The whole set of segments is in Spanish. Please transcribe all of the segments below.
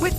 With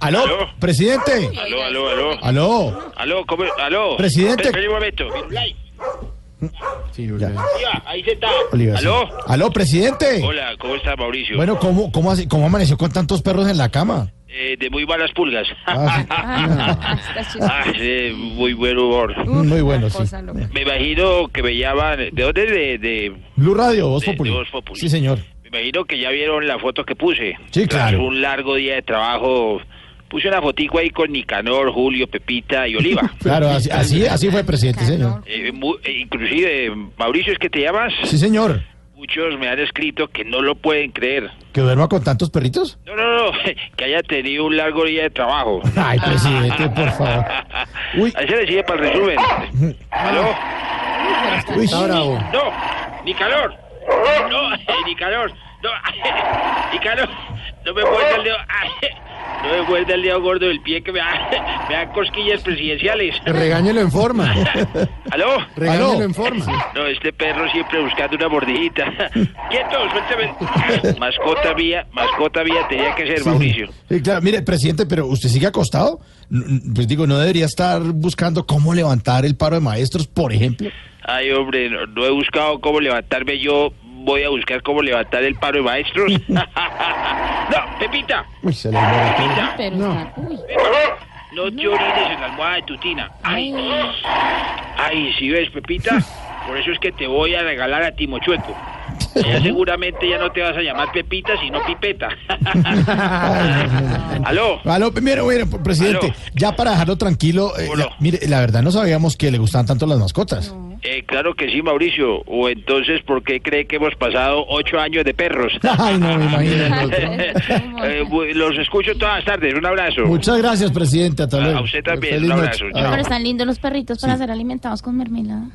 ¿Aló? ¿Aló? Presidente. Aló, aló, aló. ¿Aló? Aló, ¿cómo? Aló. Presidente. Espera un momento. Virulai. Ya, Ahí se está. Oliver, sí. Aló. ¿Aló, presidente? Hola, ¿cómo está Mauricio? Bueno, ¿cómo, cómo, así- ¿cómo amaneció con tantos perros en la cama? Eh, de muy malas pulgas. Ah, Ah, de muy buen humor. sí. Muy bueno, sí. Me imagino que me llaman... ¿De dónde? De, de- Blue Radio, Voz De- de Populi. Voz Populi. Sí, señor. Me imagino que ya vieron la foto que puse. Sí, claro. Tras un largo día de trabajo, puse una fotico ahí con Nicanor, Julio, Pepita y Oliva. Claro, así, así, así fue, presidente, señor. Eh, mu- eh, inclusive, Mauricio, ¿es que te llamas? Sí, señor. Muchos me han escrito que no lo pueden creer. ¿Que duerma con tantos perritos? No, no, no, que haya tenido un largo día de trabajo. Ay, presidente, por favor. Uy, Ahí se le sigue para el resumen. ¿Aló? uy. Está bravo. oh, No, ni calor. No, eh, ni calor. No, ni calor. No me muerde el dedo. No me muerde el dedo gordo del pie que me da, me da cosquillas presidenciales. Regáñelo en forma. ¿Aló? Regáñelo ¿Aló? en forma. No, este perro siempre buscando una mordidita. Quieto, suéltame. Mascota mía, mascota mía tenía que ser Mauricio. Sí, claro, mire, presidente, pero usted sigue acostado. N- n- Pues digo, ¿no debería estar buscando cómo levantar el paro de maestros, por ejemplo? Ay, hombre, no, no he buscado cómo levantarme. Yo voy a buscar cómo levantar el paro de maestros. no, Pepita. Uy, se le muere todo. Pepita. Pero está, uy, No te orines en la almohada de tu tina. Ay, ay, si ves, Pepita, por eso es que te voy a regalar a Timochueco. Ya seguramente ya no te vas a llamar Pepita, sino Pipeta. Aló. Aló, mire, mire, presidente, Aló. ya para dejarlo tranquilo, eh, Hola. la- mire, la verdad no sabíamos que le gustaban tanto las mascotas. Eh, claro que sí, Mauricio. O entonces, ¿por qué cree que hemos pasado ocho años de perros? Ay, no me imagino. Eh, bu- los escucho todas las tardes. Un abrazo. Muchas gracias, presidente. Hasta A luego. usted también, Feliz un noche. abrazo, Ay. chao. pero están lindos los perritos para ser alimentados con mermelada.